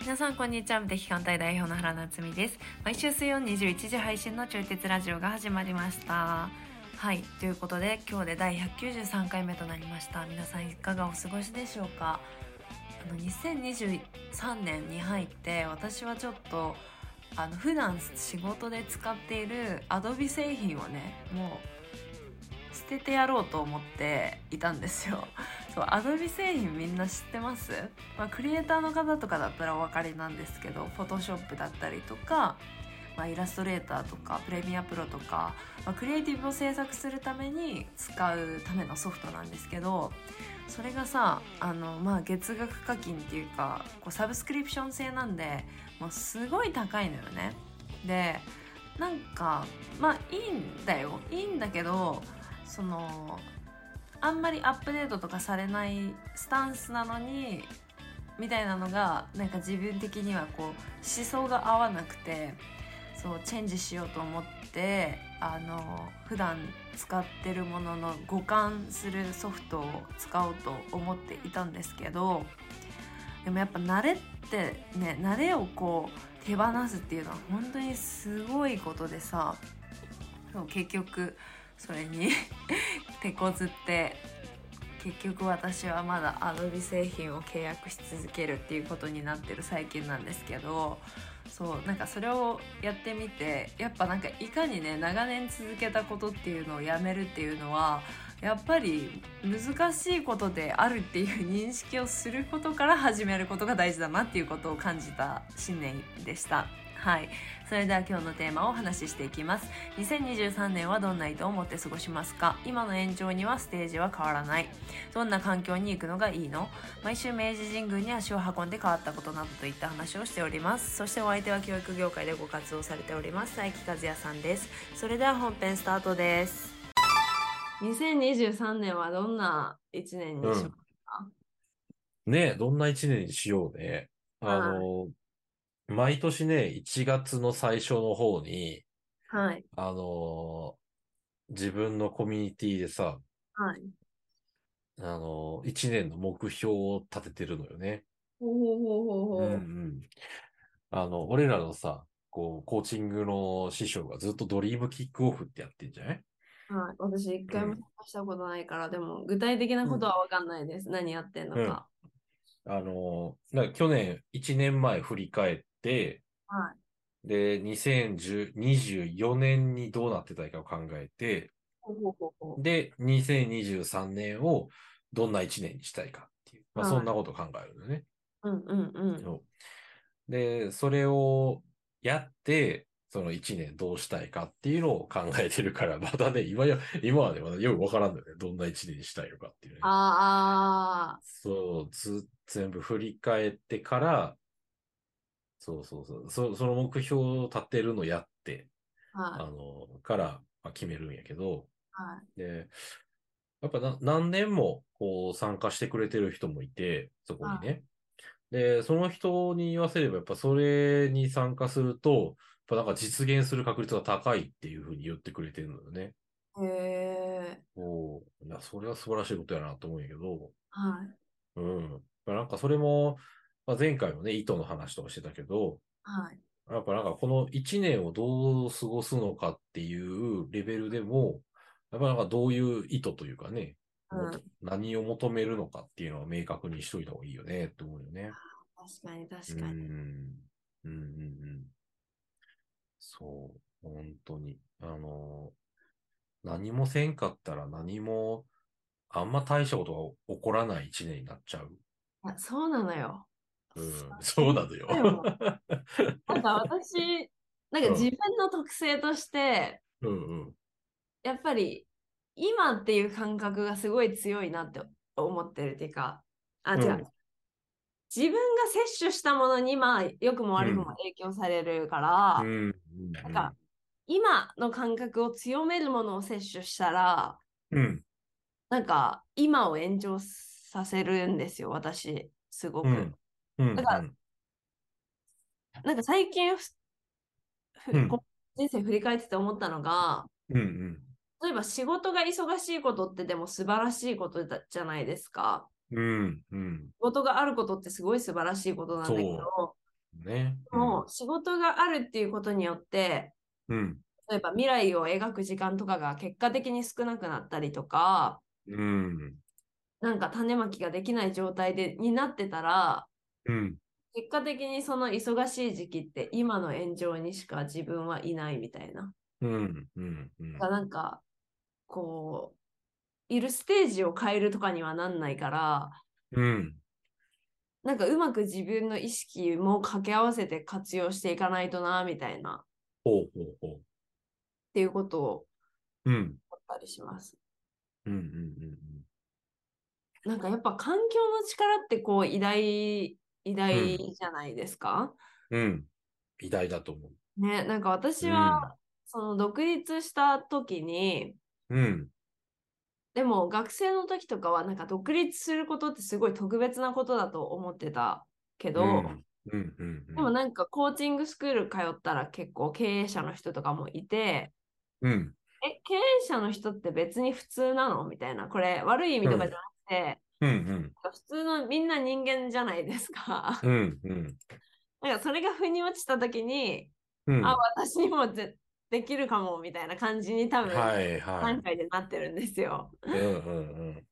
皆さんこんにちは無敵艦隊代表の原夏実です毎週水曜21時配信の中鉄ラジオが始まりましたはいということで今日で第193回目となりました皆さんいかがお過ごしでしょうかあの2023年に入って私はちょっとあの普段仕事で使っているアドビ製品をねもう捨ててやろうと思っていたんですよそうアドビ製品みんな知ってます、まあ、クリエイターの方とかだったらお分かりなんですけどフォトショップだったりとか、まあ、イラストレーターとかプレミアプロとか、まあ、クリエイティブを制作するために使うためのソフトなんですけどそれがさあの、まあ、月額課金っていうかこうサブスクリプション制なんでもうすごい高いのよね。でなんかまあいいんだよいいんだけどそのあんまりアップデートとかされないスタンスなのにみたいなのがなんか自分的にはこう思想が合わなくてそうチェンジしようと思ってあの普段使ってるものの互換するソフトを使おうと思っていたんですけどでもやっぱ慣れってね慣れをこう手放すっていうのは本当にすごいことでさそう結局それに 手こずって結局私はまだアドビ製品を契約し続けるっていうことになってる最近なんですけどそうなんかそれをやってみてやっぱなんかいかにね長年続けたことっていうのをやめるっていうのはやっぱり難しいことであるっていう認識をすることから始めることが大事だなっていうことを感じた新年でした。はい。それでは今日のテーマをお話ししていきます。2023年はどんな意図を持って過ごしますか今の延長にはステージは変わらない。どんな環境に行くのがいいの毎週明治神宮に足を運んで変わったことなどといった話をしております。そしてお相手は教育業界でご活動されております、佐伯和也さんです。それでは本編スタートです。2023年はどんな1年にしますか、ねえ、どんな一年にしようね。あの、毎年ね、1月の最初の方に、はい。あの、自分のコミュニティでさ、はい。あの、1年の目標を立ててるのよね。ほうほうほうほうほうう。んうん。あの、俺らのさ、こう、コーチングの師匠がずっとドリームキックオフってやってんじゃないはい、私一回もうん参加したことないから、でも具体的なことは分かんないです。何やってんのか。あの、なんか去年、1年前振り返って、はで、2024年にどうなってたいかを考えて、ほうほうほうほうで、2023年をどんな1年にしたいかっていう、まあ、はいそんなことを考えるのね。うんうんうん。そうで、それをやって、その1年どうしたいかっていうのを考えてるから、 まだね、今や、今はね、まだよくわからんのよね。どんな1年にしたいのかっていうね。あーあそう、ず、全部振り返ってから、そうそうそう、そ、その目標を立てるのやって、ー、はいあの、から、まあ、決めるんやけど、はで、やっぱな何年もこう参加してくれてる人もいて、そこにね。で、その人に言わせれば、やっぱそれに参加すると、やっぱなんか実現する確率が高いっていうふうに言ってくれてるのよね。い。へえ。おーいや、それは素晴らしいことやなと思うんやけど、はい。うん。まあなんかそれも、まあ、前回もね、糸の話とかしてたけど、はい。やっぱなんかこの1年をどう過ごすのかっていうレベルでも、やっぱなんかどういう意図というかね、うん。も確と何を求めるのかっていうのは明確にしといた方がいいよねって思うよね。かに確うん。かうに。んうんうん。そう。本当に。あの、何もせんかったら何も、あんま大したことが起こらない一年になっちゃう。いやそうなのよ。うん。そうなのそうよ。よなんか私、なんかうん自分の特性として、うんうん。やっぱり今っていう感覚がすごい強いなって思ってるっていうか、あ、うん違う。自分が摂取したものに、まあ、良くも悪くも影響されるから、うんうんなんか今の感覚を強めるものを摂取したら、うん。なんか今を延長させるんですよ、私、すごく。うん。うん。だからなんか最近ふ、ふうんこう人生振り返ってて思ったのが、うんうん。例えば仕事が忙しいことってでも素晴らしいことだじゃないですか。うんうん。仕事があることってすごい素晴らしいことなんだけど、ね。でも仕事があるっていうことによって、うん。例えば未来を描く時間とかが結果的に少なくなったりとか、うん。なんか種まきができない状態でになってたら、うん。結果的にその忙しい時期って今の炎上にしか自分はいないみたいな。うん。うん。うんだからなんか、こう、いるステージを変えるとかにはなんないから、うん。なんかうまく自分の意識も掛け合わせて活用していかないとな、みたいな、っほうほうほていうことをう。うん。思ったりします。うん。うん。うんなんかやっぱ環境の力ってこう偉大、偉大じゃないですか、うん。うん。偉大だと思う。ね、なんか私は、その独立した時に、うん。でも学生の時とかはなんか独立することってすごい特別なことだと思ってたけど、うん。うん。うん。でもなんかコーチングスクール通ったら結構経営者の人とかもいて、うん。え、経営者の人って別に普通なのみたいな。これ悪い意味とかじゃなくて、うん。うん。普通のみんな人間じゃないですか。うん。うん。なんかそれが腑に落ちた時に、うん。あ、私にもぜできるかもみたいな感じに多分、はいはい段。階でなってるんですよ。うんうん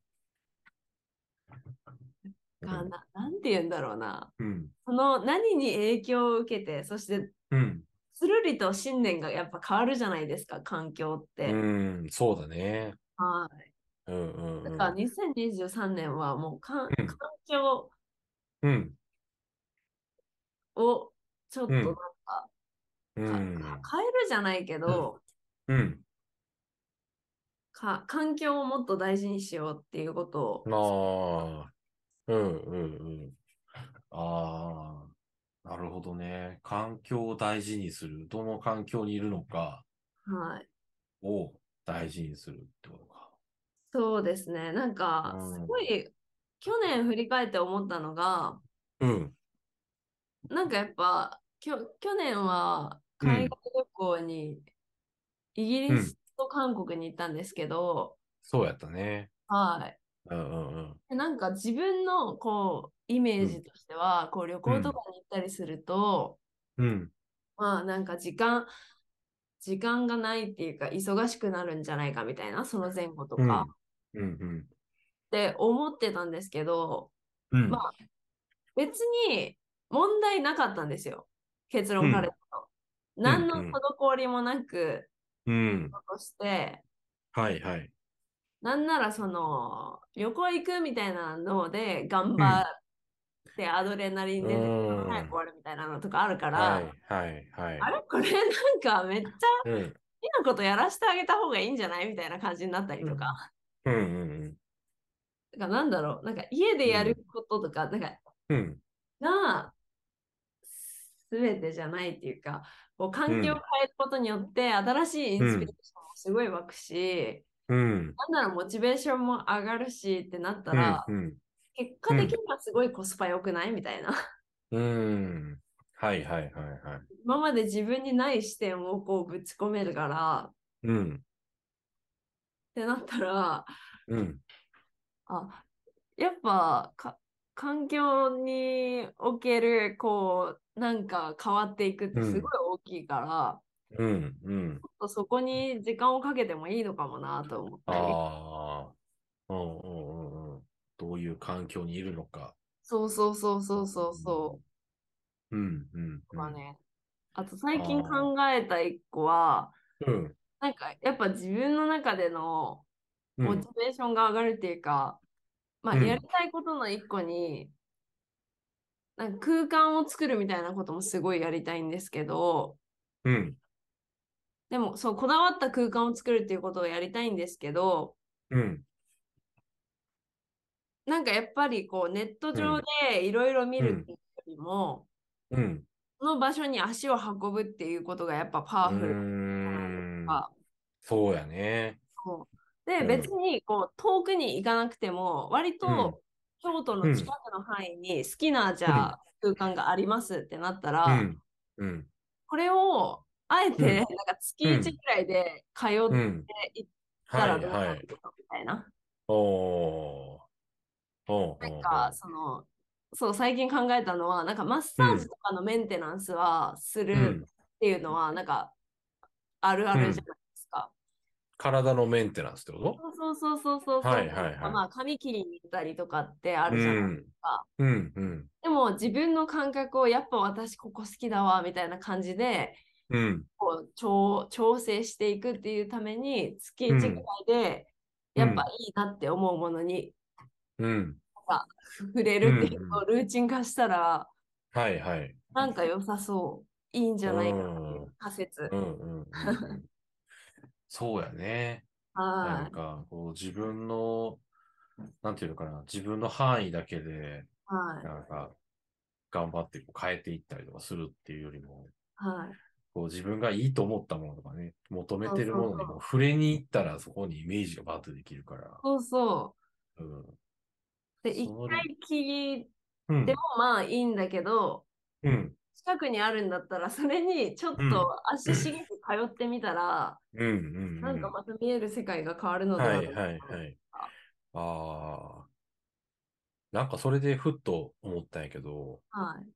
うん。がななんて言うんだろうな。うん。その何に影響を受けて、そしてうん。つるりと信念がやっぱ変わるじゃないですか、環境っうて。ん。そうだね。はいうんうんうだん。から2023年はもうかんうん環境うん。をちょっとうなんんかうかん。変えるじゃないけど、うん。か環境をもっと大事にしようっていうことを、ああ、うんうんうん。ああ、なるほどね。環境を大事にする。どの環境にいるのかはい、を大事にするってことか。そうですねなんかうんすごい去年振り返って思ったのがうん、なんかやっぱきょ去年はうん海外旅行にイギリスと韓国に行ったんですけど、そうやったね。はいうんうんうん。でなんか自分のこうイメージとしては、こう旅行とかに行ったりすると、うん、まあなんか時間時間がないっていうか忙しくなるんじゃないかみたいなその前後とうん、かうっんて思ってたんですけど、うん、うん。まあ別に問題なかったんですよ結論から言うと。ん何のうんうん滞りもなくうん、として、はいはい。なんならその旅行行くみたいなので頑張ってアドレナリン出てうん早く終わるみたいなのとかあるから、はいはいはい。あれこれなんかめっちゃ好うん、きなことやらせてあげた方がいいんじゃないみたいな感じになったりとか。うんうんなんかなんだろう、なんか家でやることとか、なんかうん、うん、が全てじゃないっていうか、こう環境をうん変えることによって新しいインスピレーションもすごい湧くし、うん、なんならモチベーションも上がるしってなったうら、ん、結果的にはすごいコスパ良くないみたいな。 うん。はいはいはいはい。今まで自分にない視点をこうぶち込めるからうん、ってなったら、うん、あ、やっぱか環境におけるこうなんか変わっていくってすごい大きいから、うん、うちん。ょっとそこに時間をかけてもいいのかもなと思ったり、ああ、うんうんうんうん。どういう環境にいるのか。。そうそうそうそうそうそううんうんう、うまあん。ね。あと最近あー考えた一個は、うんなんかやっぱ自分の中でのうモんチベーションが上がるっていうか、まあ、うんやりたいことの一個に、なんか空間を作るみたいなこともすごいやりたいんですけど、うんでも、そう、こだわった空間を作るっていうことをやりたいんですけど、うんなんかやっぱりこう、ネット上でいろいろ見るっていうよりも、うんその場所に足を運ぶっていうことがやっぱパワうフルーんかそうやね。で、うん別にこう遠くに行かなくても、割うんと京都うんの近くの範囲に好きなじゃあ空間がありますってなったら、うんうんこれをあえて、うんなんか月1ぐらいで通っうてん。いっはたらいどうなはるい。のかみたいな。おー。おーなんか、その、そう、最近考えたのは、なんかマッサージとかのメンテナンスはすうるんっ。ていうのは、なんか、あるあるじゃないですか。体のメンテナンスってこそうそうそうそうそう。はいはいはいまあ、髪切りに行ったりとかってあとうるじゃない。んか。うんうん。でも、自分の感覚を、やっぱ私ここ好きだわ、みたいな感じで、うん。こう調調整していくっていうために、月1ぐらいで、うやんっぱいいなって思うものにうん。触れるっていうのうをルーチン化したら、はいはい。なんか良さそう。いいんじゃないかなっていう仮説。うんうん うんうん。そうやね。なはんか、こう自分の、なんていうのかな、自分の範囲だけで、い。はい。なんか、頑張ってこう変えていったりとかするっていうよりも、はい。こう自分がいいと思ったものとかね、求めてるものにそうそうそも触れに行ったらそこにイメージがバーッとできるから。そうそうん。う。で、一それ回きりうんでもまあいいんだけど、うん。近くにあるんだったら、それにちょっうんと足しげく通ってみたら、うんうん。なんかまた見える世界が変わるのでははないいかはいはい。ああ。なんかそれでふっと思ったんやけど、はい。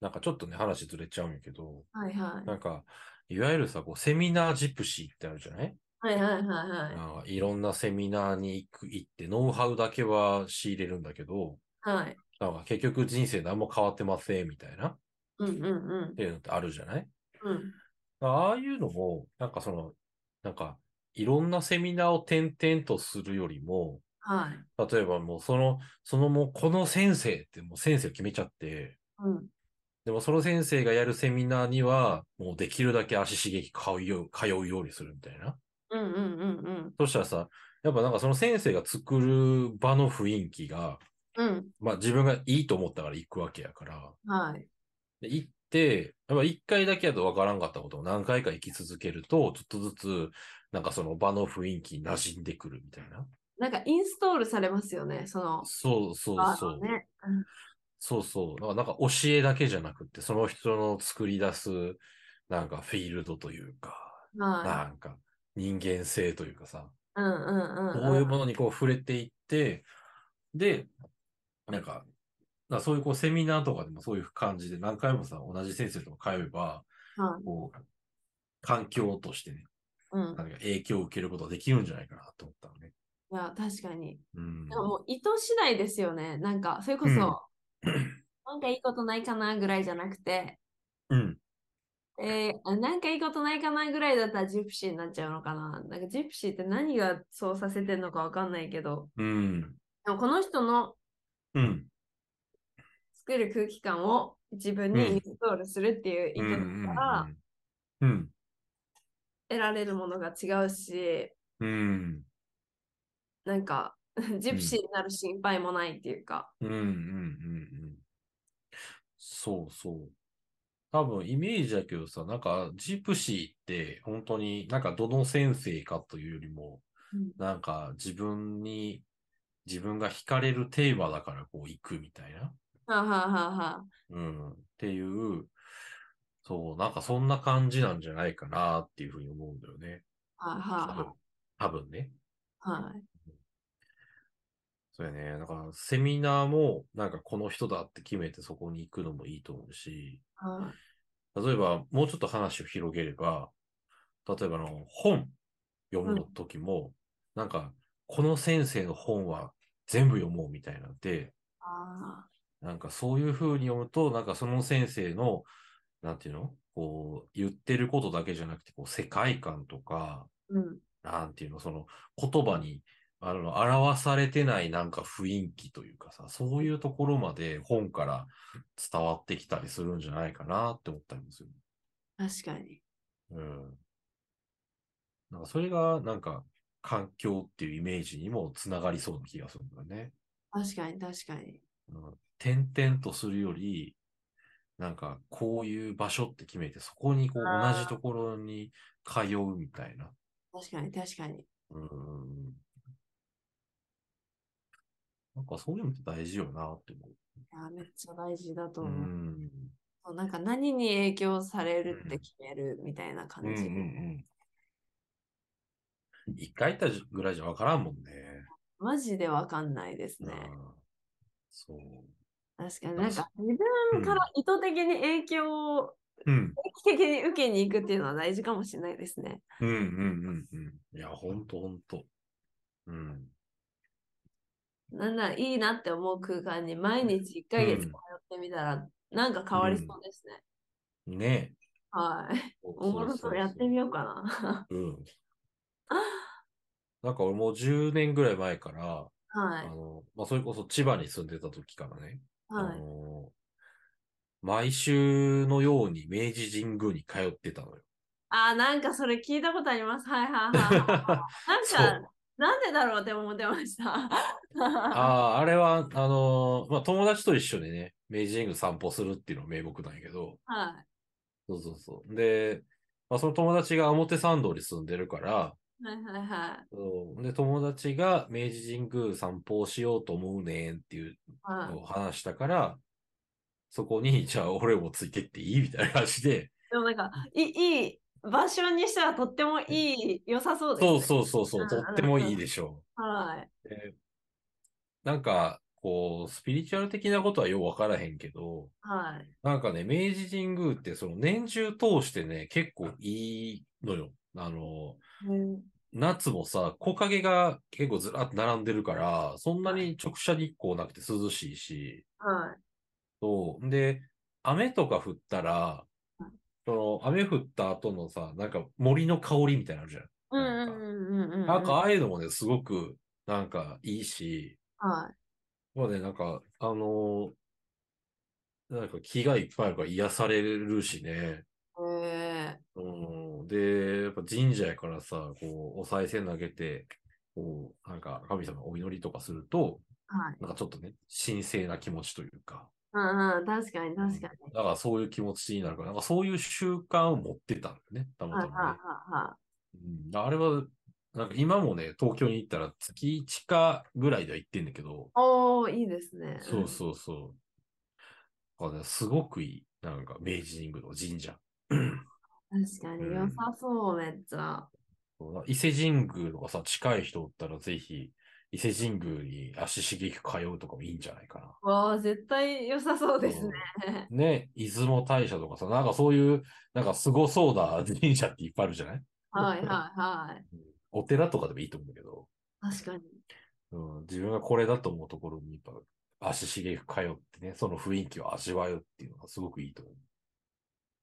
なんかちょっとね、話ずれちゃうんやけど、はいはなんか、いわゆるさ、こう、セミナージプシーってあるじゃない、い。はいはいはいはい。あーいろんなセミナーに行く、行って、ノウハウだけは仕入れるんだけど、はい。なんか結局人生何も変わってません、みたいな、っうんうんうん。ていうのってあるじゃないうん。ああいうのも、なんかその、なんか、いろんなセミナーを転々とするよりも、はい。例えばもうその、そのもうこの先生ってもう先生を決めちゃって、うん。でもその先生がやるセミナーには、もうできるだけ足しげき通うよう通うようにするみたいな。うんうんうんうん。そしたらさ、やっぱなんかその先生が作る場の雰囲気が、うん。まあ自分がいいと思ったから行くわけやから、はい。で行って、やっぱ一回だけやとわからんかったことを何回か行き続けると、ちょっとずつ、なんかその場の雰囲気に馴染んでくるみたいな。なんかインストールされますよね、その。そうそうあそのう。ね。そうそう。だからなんか教えだけじゃなくて、その人の作り出す、なんかフィールドというか、はなんか人間性というかさ、い。うんうんうんこうん。ういうものにこう触れていって、で、なんか、だからそういうこうセミナーとかでもそういう感じで何回もさ、同じ先生とか通えば、はいこう、環境としてね、うん。なんか影響を受けることができるんじゃないかなと思ったのね。いや、確かに。うんで。ももう意図次第ですよね。なんか、それこうんそ、なんかいいことないかなぐらいじゃなくて、うん。えーあなんかいいことないかなぐらいだったらジプシーになっちゃうのかな。なんかジプシーって何がそうさせてんのかわかんないけど、うん。でもこの人のうん。作る空気感を自分にインストールするっていう意うん。う図んだから、うん。得られるものが違うし、うん。なんか、 ジプシーになる心配もないっていうか。うんうんうんうん。そうそう。多分イメージだけどさ、なんかジプシーって本当になんかどの先生かというよりも、うんなんか自分に、自分が惹かれるテーマだからこう行くみたいな。はあ、はあはあはあ、うん。っていう、そう、なんかそんな感じなんじゃないかなっていうふうに思うんだよね。はい多は分。多分ね。あはい。そうやね。だからセミナーもなんかこの人だって決めてそこに行くのもいいと思うし、はい例えば、もうちょっと話を広げれば、例えばあの本読むの時も、なんか、この先生の本は全部読もうみたいなんで、あなんかそういう風に読むと、なんかその先生の、なんていうのこう、言ってることだけじゃなくて、こう、世界観とか、ーうん。なんていうの、その言葉に、あの、表されてないなんか雰囲気というかさ、そういうところまで本から伝わってきたりするんじゃないかなって思ったりもする。確かに。うん。なんかそれが、なんか、環境っていうイメージにもつながりそうな気がするんだよね。確かに、確かに。うん。点々とするより、なんか、こういう場所って決めて、そこにこう、あー同じところに通うみたいな。確かに、確かに。うん。なんか、そういうのって大事よなって思いや、めっちゃ大事だとう。う思う。ん。そうなんか何に影響されるって決めるみたいなうんう感んじ。うん。一回行ったぐらいじゃわからんもんね。マジでわかんないですうね。んそう。確かにだなんしか自分から意図的に影響をうん。定期的に受けに行くっていうのは大事かもしれないですね。うんうんうんうん。いや、ほんとほんと。うん。なんならいいなって思う空間に毎日1ヶ月通ってみたらなんか変わりそうですね。ねえ。はい。 おもろそうやってみようかな。 うん。なんか俺もう10年ぐらい前から、はあい。の、まあ、それこそ千葉に住んでた時からね、はあい。の、毎週のように明治神宮に通ってたの よ。あー、なんかそれ聞いたことあります。はいはいはい はい。なんそう。か、なんでだろうって思ってました。 はああ、あれは、あのーまあ、友達と一緒にね、明治神宮散歩するっていうのが名目なんやけど、そうそうそう。で、まあ、その友達が表参道に住んでるから、い。はいはいはい。そうで、友達が明治神宮散歩をしようと思うねんっていうはいのを話したから、そこに、 じゃあ俺もついてっていいみたいな話で、でもなんか、いいい場所にしたらとってもいい、良さそうです、そね。うそうそうそう、うんとってもいいでしょはい。う。でなんか、こう、スピリチュアル的なことはようわからへんけど、はい。なんかね、明治神宮ってその年中通してね、結構いいのよ。あの、うん夏もさ、木陰が結構ずらっと並んでるから、そんなに直射日光なくて涼しいし、はい。そう。で、雨とか降ったらうん、その雨降った後のさ、なんか森の香りみたいなのあるじゃん。うんなんうんかうんうんうん。なんかああいうのもね、すごくなんかいいし、はまあね、なんか、あのーなんか気がいっぱいあるから癒されるしね。い。えうん、で、やっぱ神社やからさ、こう、お賽銭投げて、こう、なんか神様お祈りとかすると、ー、はい。なんかちょっとね、神聖な気持ちというか、うんうん、確かに確かに。だからそういう気持ちになるから、なんかそういう習慣を持ってたんだよね、たまはいたはいまね。はうん、あれは、なんか今もね、東京に行ったら月1かぐらいでは行ってんだけど、い。おお、いいですね。そうそうそう。だからね、すごくいい、なんか明治神宮の神社。 うん。確かに良さそう、めっちゃ。そう伊勢神宮とかさ、近い人おったらぜひ、伊勢神宮に足しげく通うとかもいいんじゃないかな。わあ、絶対良さそうですね。うん。ね、出雲大社とかさ、なんかそういう、なんかすごそうな神社っていっぱいあるじゃないはいはいはい。お寺とかでもいいと思うんだけど、確かに。うん、自分がこれだと思うところにやっぱ足しげく通ってね、その雰囲気を味わうっていうのがすごくいいと思う。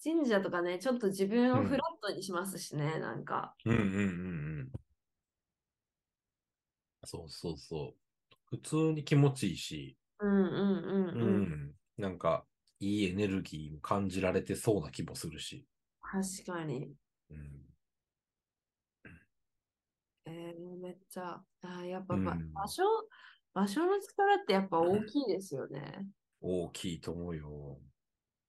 神社とかね、ちょっと自分うをんフラットにしますしね、なんか。うんうんうんうん。そうそうそう。普通に気持ちいいし、うんうんうんううん。ん、なんかいいエネルギーも感じられてそうな気もするし。確かに。うんえー、めっちゃ、あーやっぱ、ばうん場所、場所の力ってやっぱ大きいですよね。大きいと思うよ。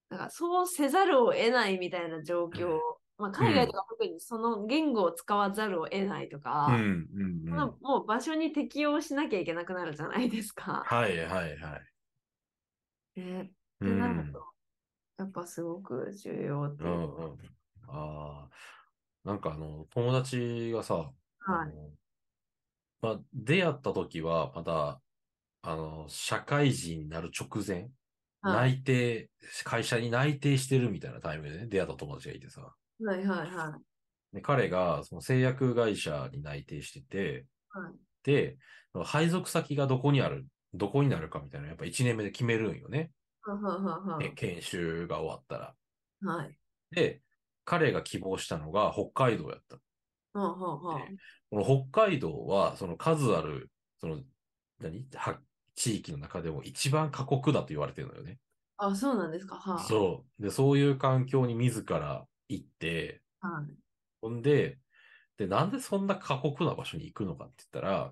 なんかそうせざるを得ないみたいな状況、うんまあ、海外とか特にその言語を使わざるを得ないとうか、んうんうん。まあもう場所に適応しなきゃいけなくなるじゃないですか。はいはいはい。ね、うってなるんと、やっぱすごく重要ってういうんうん。ああ。なんかあの、友達がさ、あはい。のまあ、出会った時は、まだ、あの、社会人になる直前、はい内定、会社に内定してるみたいなタイミングでね、出会った友達がいてさ。はいはいはで彼が、その製薬会社に内定してて、はいで、配属先がどこにある、どこになるかみたいなのやっぱ1年目で決めるんよね。い。ははははえ研修が終わったら。は。はい。で、彼が希望したのが北海道やった。はははでこの北海道は、その数ある、その、何は地域の中でも一番過酷だと言われてるのよね。あ、そうなんですか。はい。そう。で、そういう環境に自ら行って、はい。ほんで、で、なんでそんな過酷な場所に行くのかって言ったら、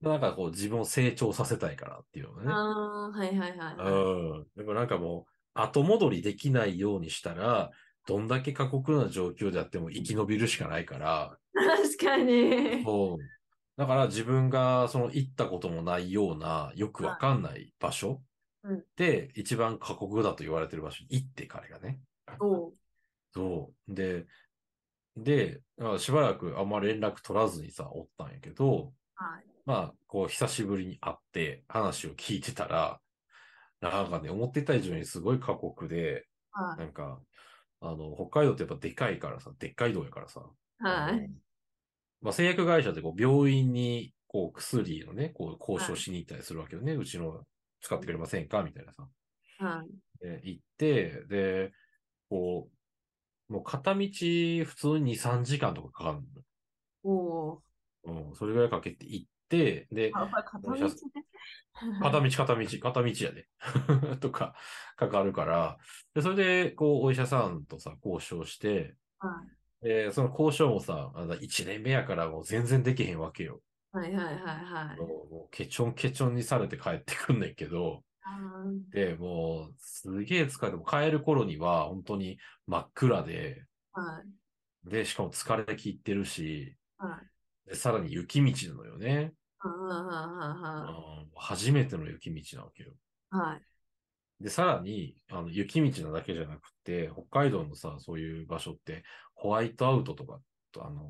なんかこう自分を成長させたいからっていうのね。ああ、はいはいはいはい。うん。でもなんかもう、後戻りできないようにしたら、どんだけ過酷な状況であっても生き延びるしかないから、確かに。そう。だから自分がその行ったこともないような、よくわかんない場所、で一番過酷だと言われてる場所に行って彼がね。おうそう。で、で、まあしばらくあんま連絡取らずにさ、おったんやけど、はいまあ、こう、久しぶりに会って話を聞いてたら、なんかね、思ってた以上にすごい過酷で、はなんか、あの、北海道ってやっぱでかいからさ、でっかい道やからさ、いはあいのまあ、製薬会社でこう病院にこう薬のね、こう交渉しに行ったりするわけよね。うちの使ってくれませんかみたいなさ。はいで行って、で、こう、もう片道普通に2、3時間とかかかるおうの。うん、それぐらいかけて行って、で、あやっぱり片道で片道、片道、片道やで。 とか、かかるから。で、それで、こう、お医者さんとさ、交渉して、はで、その交渉もさ、あの1年目やからもう全然できへんわけよ。はいはいはいはいもうもうケチョンケチョンにされて帰ってくんねんけど、あで、もう、すげえ疲れて、もう帰る頃には、本当に真っ暗で、ーはいで、しかも疲れ切ってるし、はで、さらに雪道なのよね。あーうはん初めての雪道なわけよ。いはいはいで、さらに、あの、雪道なだけじゃなくて、北海道のさ、そういう場所って、ホワイトアウトとか、とあの、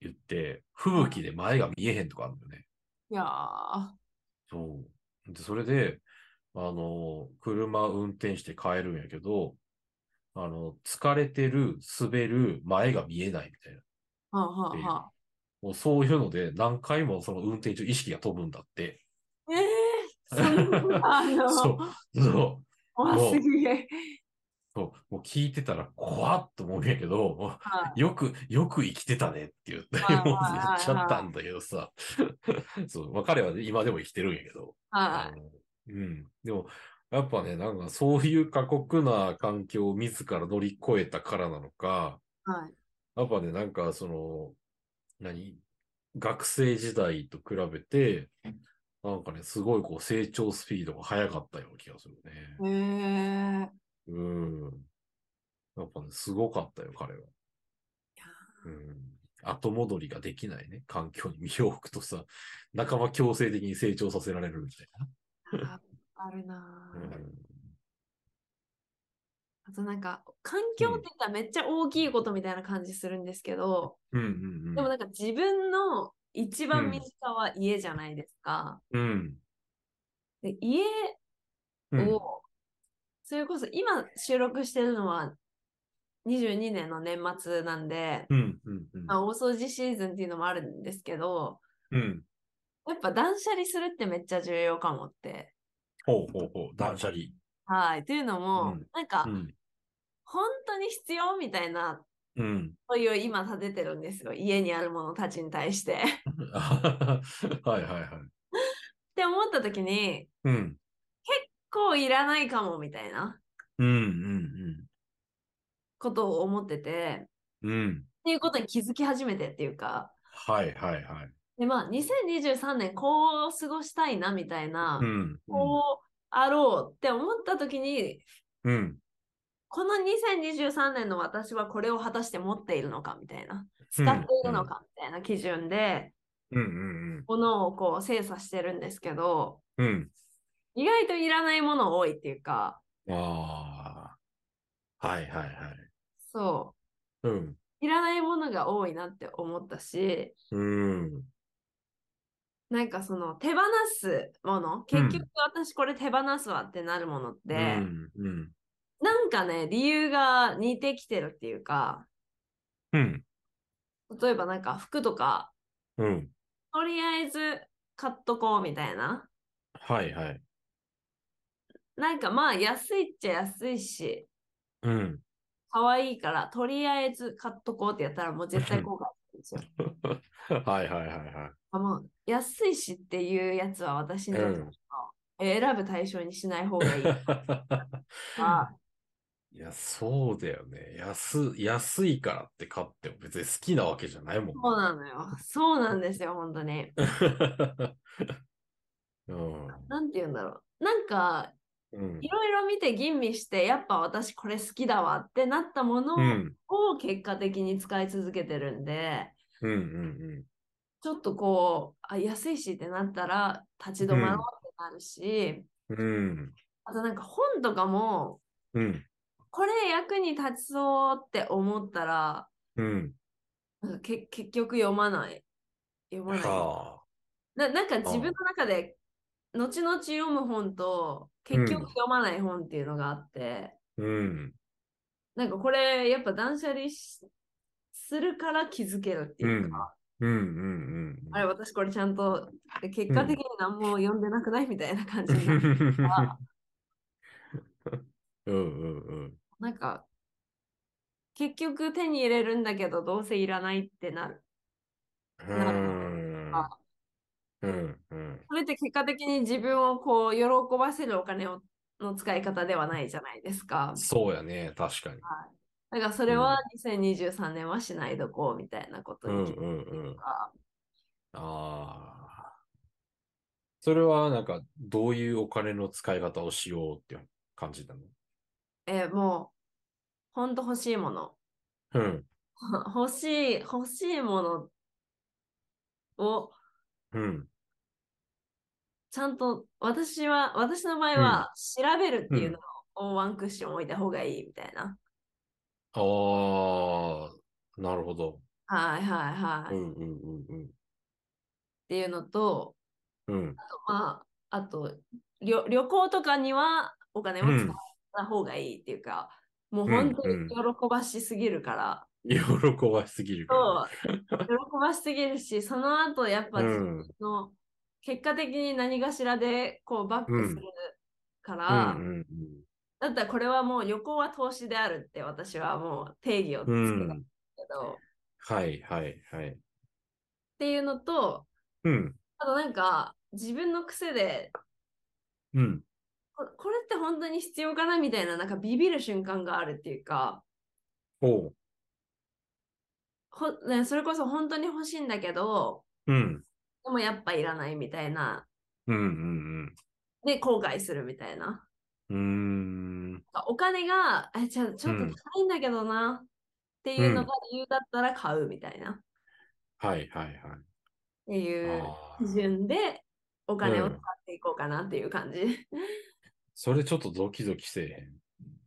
言って、吹雪で前が見えへんとかあるんだよね。いやーそう。で、それで、あの、車運転して帰るんやけど、あの、疲れてる、滑る、前が見えないみたいな。はあはあはあもうそういうので、何回もその運転中意識が飛ぶんだ って。ええー、そんなのそう、そう、わもうすげえ。そう、もう聞いてたら怖っと思うんやけど、もうはよく、よく生きてたねって言って、はいはいもう 言っちゃったんだけどさ。 そう、まあ彼はね今でも生きてるんやけど。はあのうん。でも、やっぱね、なんかそういう過酷な環境を自ら乗り越えたからなのか、いはいやっぱね、なんかその、何学生時代と比べて、なんかね、すごいこう成長スピードが速かったような気がするへね。えうん。やっぱね、すごかったよ、彼は。うん。後戻りができないね、環境に身を置くとさ、仲間強制的に成長させられるみたいな。ー、ああるなうー、んあとなんか、環境って言ったらめっちゃ大きいことみたいな感じするんですけど、うんうんうん。でもなんか自分の一うん番身近は家じゃないですか。うん。で家うんを、それこそ今収録してるのは22年の年末なんで、うんうんうんまあ、大掃除シーズンっていうのもあるんですけど、うん。やっぱ断捨離するってめっちゃ重要かもって。ほうほうほう、断捨離。はい。というのも、うんなんか、うん。本当に必要みたいなうん。問いを今立ててるんですよ。家にあるものたちに対して。 っはいはいはい。て思った時に、うん。こういらないかもみたいなうんうんことを思ってて、うん。うん。っていうことに気づき始めてっていうか、はいはいはい。でまあ、2023年こう過ごしたいなみたいな、うん。こうあろうって思った時に、うん。この2023年の私はこれを果たして持っているのかみたいな、使っているのかみたいな基準で、うんうんものをこう精査してるんですけど、うん。うん。意外といらないもの多いっていうか、ああ。はいはいはい。そうん。う、いらないものが多いなって思ったし、うん。なんかその手放すもの、うん結局私これ手放すわってなるものって、うん。うん。なんかね、理由が似てきてるっていうか、うん。例えばなんか服とか、うん。とりあえず買っとこうみたいな。はいはい。なんかまあ安いっちゃ安いし、うん。可愛いから、とりあえず買っとこうってやったらもう絶対後悔するんですよ。はいはいはいはあもう安いしっていうやつは私い。にうとってん。選ぶ対象にしない方がいいとか、いや、そうだよね。安、安いからって買っても別に好きなわけじゃないもんね。そうなのよ。そうなんですよ、本当に。うん。なんて言うんだろう。なんか、うんい。ろいろ見て吟味して、やっぱ私これ好きだわってなったものを、うん。を結果的に使い続けてるんで、うん。うん。ちょっとこう、あ安いしってなったら立ち止まろうってなるし、うん。あとなんか本とかも、うん。これ役に立ちそうって思ったら、うん。なんかけ結局読まない。読まない。はあ。ななんか自分の中で、後々読む本と、結うん局読まない本っていうのがあって、うん。なんかこれ、やっぱ断捨離しするから気づけるっていうか、うんうんうん。あれ、私これちゃんと、結果的に何も読んでなくないみたいな感じになる。うんうんうん。 なんか、結局手に入れるんだけど、どうせいらないってなる。うん。うんうん。それって結果的に自分をこう、喜ばせるお金をの使い方ではないじゃないですか。そうやね、確かに。だからそれは2023年はしないどこうみたいなことうんにう気づくんうん。か。ああ。それはなんか、どういうお金の使い方をしようって感じたのえーもう、ほんと欲しいもの。 うん。欲しい、欲しいものをうん。ちゃんと、私は、私の場合は調べるっていうのをワンクッション置いた方がいいみたいな。ああ、なるほど。はいはいはうい。っんうんうんていうのと、うん。うん。まあ、あと旅、旅行とかにはお金を使った方がいいっていうか、もう本当うんうにん喜ばしすぎるから、喜ばしすぎるから。そう、喜ばしすぎる し、その後やっぱ自うん分の、結果的に何かしらでこうバックするから、うんうんだったらこれはもう旅行は投資であるって私はもう定義をつけうたん。んうだん。けど、っはいはいはい。ていうのと、うん。あとなんか自分の癖でうん。ここれって本当に必要かなみたいな、なんかビビる瞬間があるっていうか、おう。ほね、それこそ本当に欲しいんだけど、うん。でもやっぱいらないみたいな。うんうんで、後悔するみたいな。うん。うーん。お金が、えちょちょっとうん高いんだけどな、っていうのが理由だったら買うみたいな。っはいはいはい。ていうあ基ー準で、お金うをん使っていこうかなっていう感じ。 それちょっとドキドキせ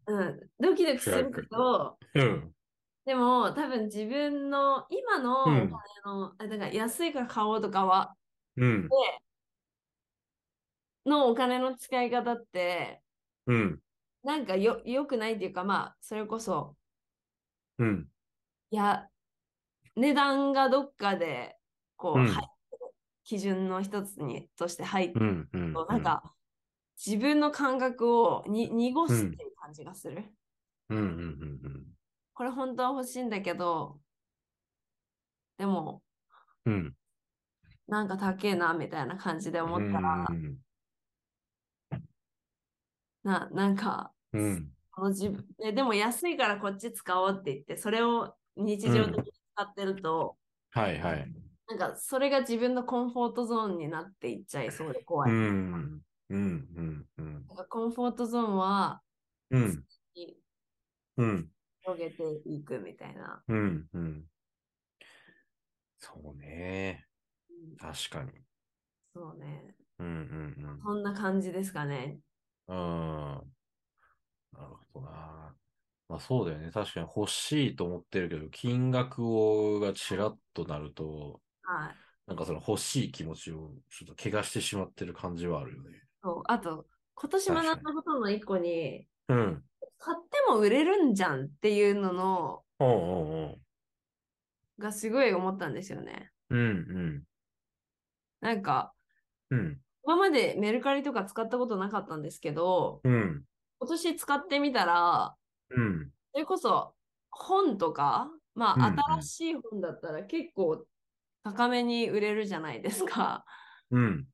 うん、ドキドキするけど、えへん。うん。でも多分自分の今のお金の、あだから安いから買おうとかはうん。のお金の使い方って、うん。なんかよ、良くないっていうか、まあ、それこそ、うん。いや、値段がどっかで、こう、うん入ってる基準の一つに、として入ってうるん。うん。と、なんか、自分の感覚をに濁すっていう感じがする。うん。うん。うんこれ本当は欲しいんだけど、でも、うん。うん。なんか高えな、みたいな感じで思ったら、うん。な、なんか、うん。この自分えでも安いからこっち使おうって言って、それを日常的に使ってると、はいはい。なんかそれが自分のコンフォートゾーンになっていっちゃいそうで怖うい。ん。うん。うん。うん。なんかコンフォートゾーンはうん。うん。広げていくみたいな。うん。うん。そうね。確かに。そうね。うん。うん。そんな感じですかね。うん。うん。なるほどな。まあそうだよね。確かに欲しいと思ってるけど、金額をがちらっとなると、はい。なんかその欲しい気持ちをちょっと怪我してしまってる感じはあるよね。そうあと、今年学んだ確ことの一個に、うん。買っても売れるんじゃんっていうののうんうんうん。がすごい思ったんですよね。うんなんか、うん。うん。今までメルカリとか使ったことなかったんですけど、うん。今年使ってみたら、うん。それこそ本とか、まうんあう、ん新しい本だったら結構高めに売れるじゃないですか。っうん。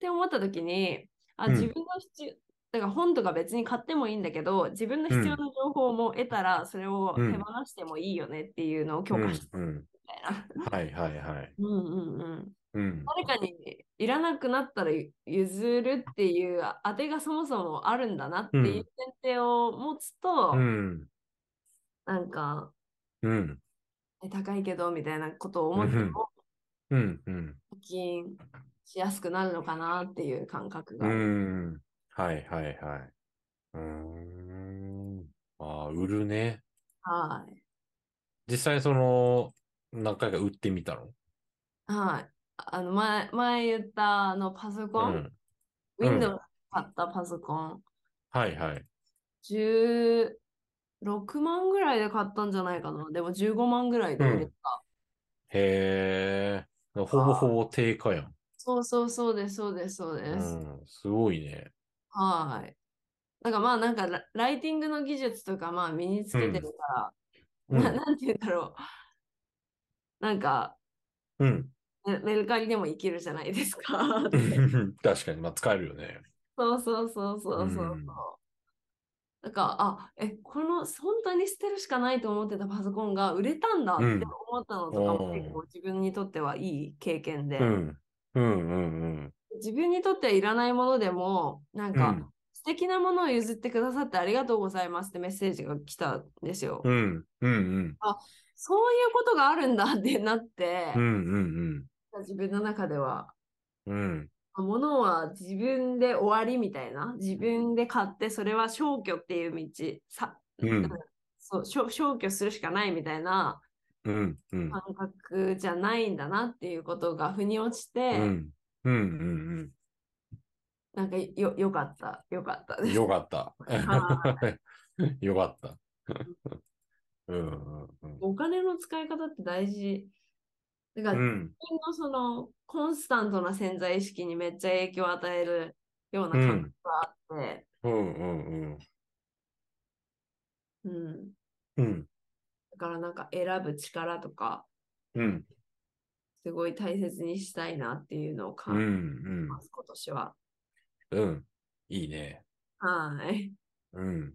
て思った時に、あ、うん自分の必要、だから本とか別に買ってもいいんだけど、自分の必要な情報も得たら、それをうん手放してもいいよねっていうのを強化したうんうん。みたいな。はい はいはい。うんうんうん。うん。誰かにいらなくなったら譲るっていう当てがそもそもあるんだなっていう前提を持つと、うん。なんか、うん。え高いけどみたいなことを思ってうんうんもうん。うん。課金しやすくなるのかなっていう感覚うが。ん。はいはいはい。うーん。ああ、売るね。はい。実際その、何回か売ってみたのはい。あの、前、前言った、あの、パソうコン、ん。うん Windows で買ったパソコン、はいはい。 16万ぐらいで買ったんじゃないかな。でも15万ぐらいで売れた。へえ。ほぼほぼ定価やん。そうそうそうです、そうです、そううです。ん。すごいね。はい。なんかまあなんかラライティングの技術とかまあ身につけてるかう。ら、なん なんて言うんだろう。なんかうん。 メメルカリでもいけるじゃないですか。確かに、まあ使えるよね。そうそうそうそうそううんそう。なんか、あ、え、この本当に捨てるしかないと思ってたパソコンが売れたんだってうん思ったのとかおもー結構自分にとってはいい経験でう、ん。うんうんうん。自分にとってはいらないものでも、なんうかん。素敵なものを譲ってくださってありがとうございますってメッセージが来たんですよ。うん。うんうん。そういうことがあるんだってなってう、んうん自分の中では。うん。うん。物は自分で終わりみたいな自分で買ってそれは消去っていう道さ、うんそう消消去するしかないみたいなうんうん。感覚じゃないんだなっていうことが腑に落ちうて、ん。うんうんなんかよよかったよかったうん。です。よかった。はよかった。うんうんうん。お金の使い方って大事。だからう自ん。分のそのコンスタントな潜在意識にめっちゃ影響を与えるようなう感ん。覚で、うんうんうん、うん。うん。だからなんか選ぶ力とかうん。すごい大切にしたいなっていうのをう感じんます、今年は。うん。うん。いいね。はい。うん。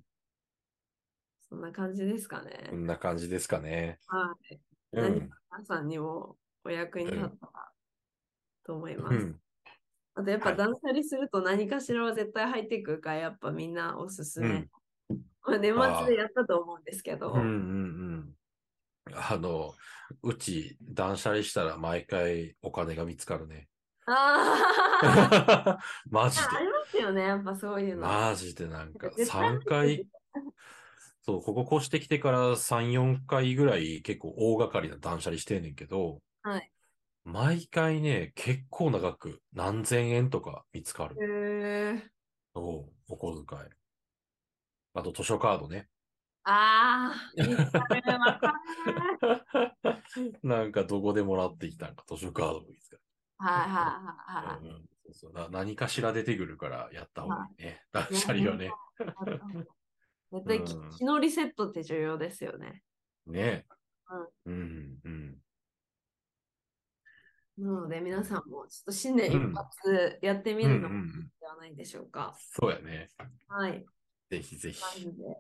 そんな感じですかね。こんな感じですかね。はい。う何ん。か皆さんにもお役に立ったらと思いうます。ん。あとやっぱはい断捨離すると何かしらは絶対入ってくるから、やっぱみんなおすすめ。 うんまあ、年あー末でやったと思うんですけど。うんうんうん。あの、うち断捨離したら毎回お金が見つかるね。 ああマジありますよね、やっぱそういうで。の。マジでなんか絶対入っ3回、 そう、ここ越してきてから3、4回ぐらい結構大掛かりな断捨離してんねんけど、はい毎回ね、結構長く何千円とか見つかる。へーおうお小遣い。あと図書カード ね。ああ、見つかるわかるなんかどこでもらってきたんか、図書カードもいいですかはいはいはいはうんうんそうそうな何かしら出てくるからやった方がいいね。断捨離はね。い。絶対きうん機能リセットって重要ですよね。ね。うんうん。なので皆さんもちょっと新年一発やってみうんうるのんうもいいん。ではないでしょうか。そうやね。はい。ぜひぜなのひ。で今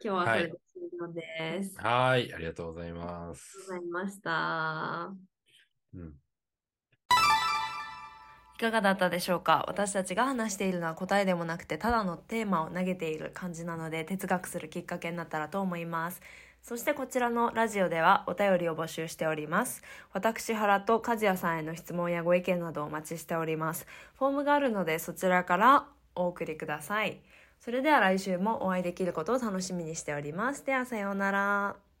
日ははそいれで終了です。あはい、ありがとうございます。りがとうございました。うんいかがだったでしょうか私たちが話しているのは答えでもなくてただのテーマを投げている感じなので哲学するきっかけになったらと思いますそしてこちらのラジオではお便りを募集しております私原と和也さんへの質問やご意見などをお待ちしておりますフォームがあるのでそちらからお送りくださいそれでは来週もお会いできることを楽しみにしておりますではさようなら